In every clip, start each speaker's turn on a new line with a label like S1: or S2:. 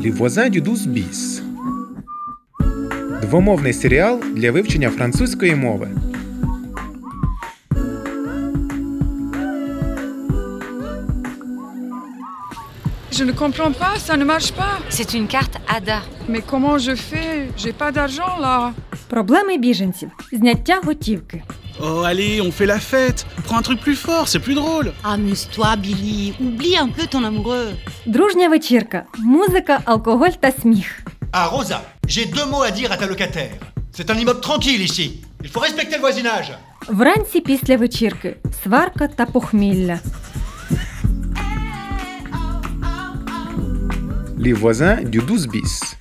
S1: Les voisins du 12 bis. Двомовний серіал для вивчення французької мови.
S2: Je ne comprends pas, ça ne marche pas.
S3: C'est une carte ADA.
S2: Mais comment je fais J'ai pas d'argent là.
S4: Проблеми біженців. Зняття готівки.
S5: Oh allez, on fait la fête Prends un truc plus fort, c'est plus drôle
S6: Amuse-toi, Billy. Oublie un peu ton amoureux.
S4: Дружня вечірка. Музика, алкоголь та сміх.
S7: Ah, Rosa, j'ai deux mots à dire à ta locataire. C'est un immeuble tranquille ici. Il faut respecter le voisinage.
S4: Вранці після вечірки. Сварка та похмілля.
S1: Les voisins du 12 bis.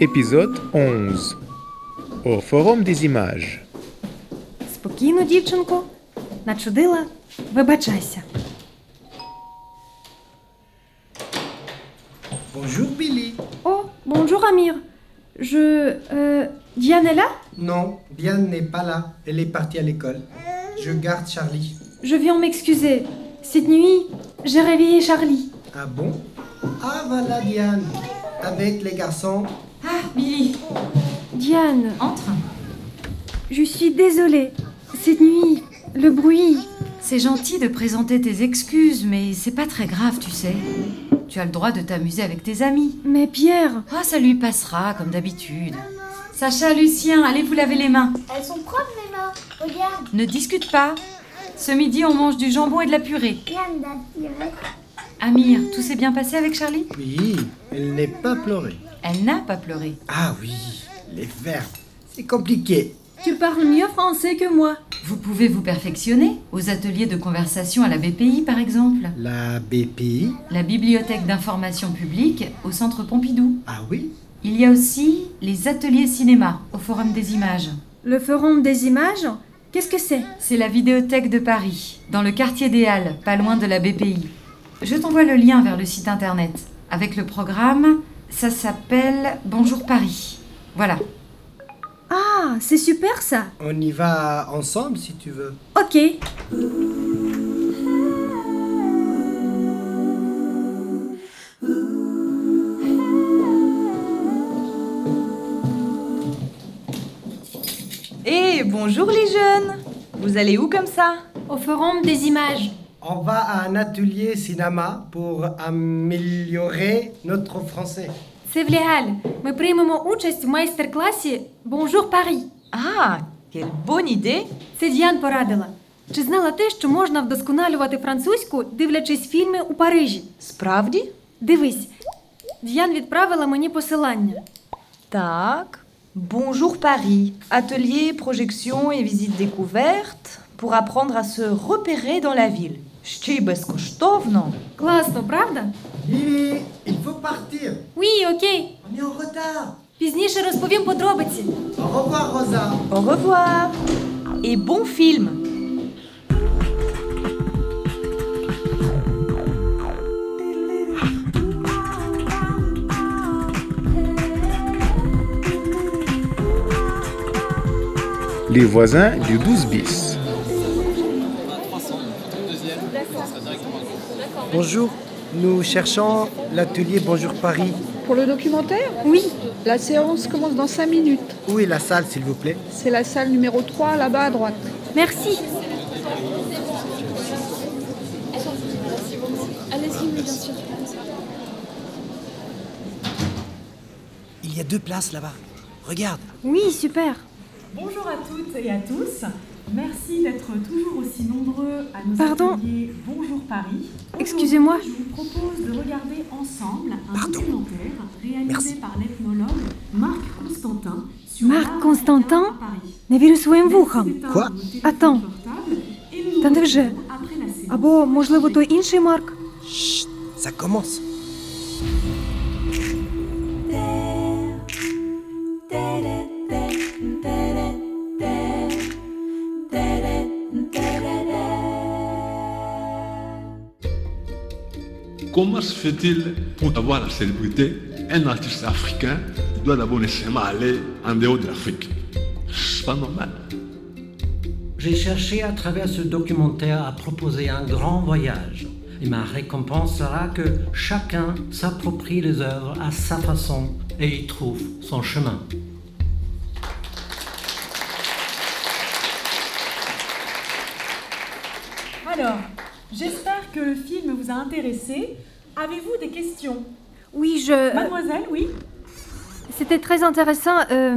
S1: Épisode 11. Au forum des images.
S4: Спокійно, дівчинко. Начудила. Вибачайся.
S8: Bonjour Billy.
S4: О, бонжур, Амір. Je... Euh, Diane est là
S8: Non, Diane n'est pas là. Elle est partie à l'école. Je garde Charlie.
S4: Je viens m'excuser. Cette nuit, j'ai réveillé Charlie.
S8: Ah bon Ah voilà Diane. Avec les garçons.
S4: Diane. Entre. Je suis désolée. Cette nuit, le bruit.
S3: C'est gentil de présenter tes excuses, mais c'est pas très grave, tu sais. Tu as le droit de t'amuser avec tes amis.
S4: Mais Pierre,
S3: Ah, ça lui passera, comme d'habitude. Sacha, Lucien, allez vous laver les mains.
S9: Elles sont propres, mes mains. Regarde,
S3: Ne discute pas. Ce midi, on mange du jambon et de la purée.
S9: Yann d'attirer.
S3: Amir, tout s'est bien passé avec Charlie
S8: Oui, elle n'est pas pleurée.
S3: Elle n'a pas pleuré.
S8: Ah oui, les verbes. C'est compliqué.
S4: tu parles mieux français que moi.
S3: Vous pouvez vous perfectionner aux ateliers de conversation à la BPI, par exemple.
S8: La BPI.
S3: La bibliothèque d'information publique au centre Pompidou.
S8: Ah oui
S3: Il y a aussi les ateliers cinéma au Forum des images.
S4: Le forum des images, qu'est-ce que c'est
S3: C'est la vidéothèque de Paris, dans le quartier des Halles, pas loin de la BPI. Je t'envoie le lien vers le site internet. Avec le programme, ça s'appelle Bonjour Paris. Voilà.
S4: Ah, c'est super ça.
S8: On y va ensemble si tu veux.
S4: Ok.
S10: Eh, bonjour les jeunes Vous allez où comme ça
S4: Au forum des images.
S8: On va à un atelier cinéma pour améliorer notre français.
S4: Це в Лігаль. Ми приймемо участь в майстер-класі Bonjour Paris.
S10: Ah, quelle bonne idée
S4: Це Діан порадила. Чи знала те, що можна вдосконалювати французьку, дивлячись фільми у Парижі?
S10: Справді?
S4: Дивись, Діан відправила мені посилання.
S10: Так. Bonjour Paris, atelier, projection et visite découverte pour apprendre à se repérer dans la ville. bah, Ще й безкоштовно.
S4: Класно, правда?
S8: Billy, il faut partir.
S4: Уі, окей.
S8: On est en retard.
S4: Пізніше розповім подробиці.
S8: Au revoir Rosa.
S10: Au revoir et bon film
S1: Les voisins du 12 bis.
S8: Bonjour, nous cherchons l'atelier Bonjour Paris.
S11: Pour le documentaire
S4: Oui.
S11: La séance commence dans 5 minutes.
S8: Où est la salle, s'il vous plaît
S11: C'est la salle numéro 3 là-bas à droite.
S4: Мерсі.
S8: Il y a deux places là-bas. Regarde.
S4: Уі, супер.
S10: Bonjour à toutes et à tous. Merci d'être toujours aussi nombreux à nous
S4: Pardon.
S10: accueillir. Bonjour Paris.
S4: Excusez-moi.
S10: Aujourd'hui, Je vous propose de regarder ensemble un
S8: Pardon.
S10: documentaire réalisé
S8: Merci.
S10: par l'ethnologue Marc Constantin sur
S4: Marc
S10: l'art
S4: Constantin
S10: moderne à Paris.
S4: Не вірю своїм
S10: Merci
S4: вухам.
S10: d'éteindre
S8: Quoi
S10: vos téléphones
S4: hein. Attends.
S10: portables et nous nous
S4: Attendez, je- Ah
S10: retrouvons après la séance.
S4: Або, можливо, той інший Марк.
S8: Chut, ça commence.
S12: Comment se fait-il pour avoir la célébrité Un artiste africain doit d'abord nécessairement aller en dehors de l'Afrique. C'est pas normal.
S7: J'ai cherché à travers ce documentaire à proposer un grand voyage.
S13: Et ma récompense sera que chacun s'approprie les œuvres à sa façon et y trouve son chemin.
S14: Alors, j'espère que le film vous a intéressé. Avez-vous des questions
S4: Oui, je.
S14: Mademoiselle, oui
S4: C'était très intéressant. Euh,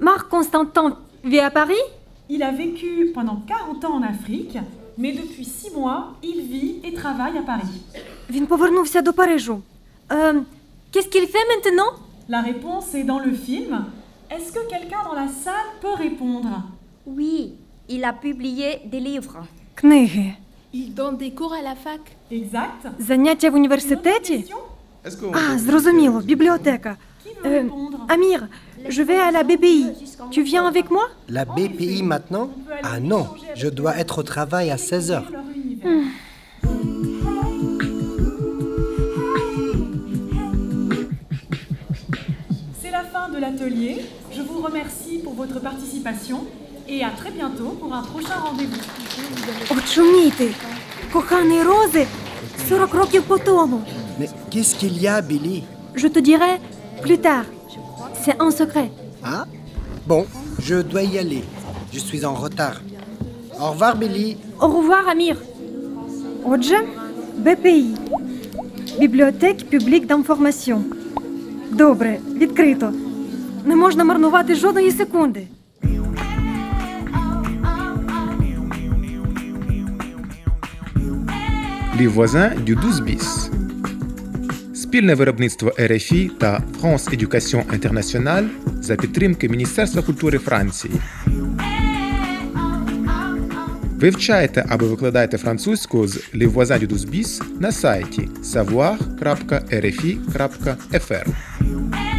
S4: Marc Constantin vit à Paris
S14: Il a vécu pendant 40 ans en Afrique, mais depuis 6 mois, il vit et travaille à Paris.
S4: Він повернувся до Парижу. Euh, Qu'est-ce qu'il fait maintenant
S14: La réponse est dans le film. Est-ce que quelqu'un dans la salle peut répondre
S15: Oui, il a publié des livres.
S4: Книги.
S15: Il donne des cours à la fac.
S14: Exact.
S4: Заняття в університеті А, зрозуміло, бібліотека. Euh, Amir, je vais à la BPI. Tu viens avec moi
S8: La BPI maintenant Ah non, je dois être au travail à 16h.
S4: Hmm.
S14: C'est la fin de l'atelier. Je vous remercie pour votre participation et à très bientôt pour un prochain rendez-vous.
S4: Очуміти! Коханий Рози, 40 років по тому.
S8: Mais qu'est-ce qu'il y a, Billy
S4: Je te dirai plus tard. C'est un secret.
S8: Ah Bon, je dois y aller. Je suis en retard. Au revoir, Billy.
S4: Au revoir, Amir. Отже, БПІ. Бібліотек публік d'information. Добре, відкрито. Не можна марнувати жодної секунди.
S1: Les voisins du 12 bis. Спільне виробництво РФІ та France Education International за підтримки Міністерства культури Франції. Вивчайте або викладайте французьку з Les voisins du 12 bis на сайті savoir.rfi.fr.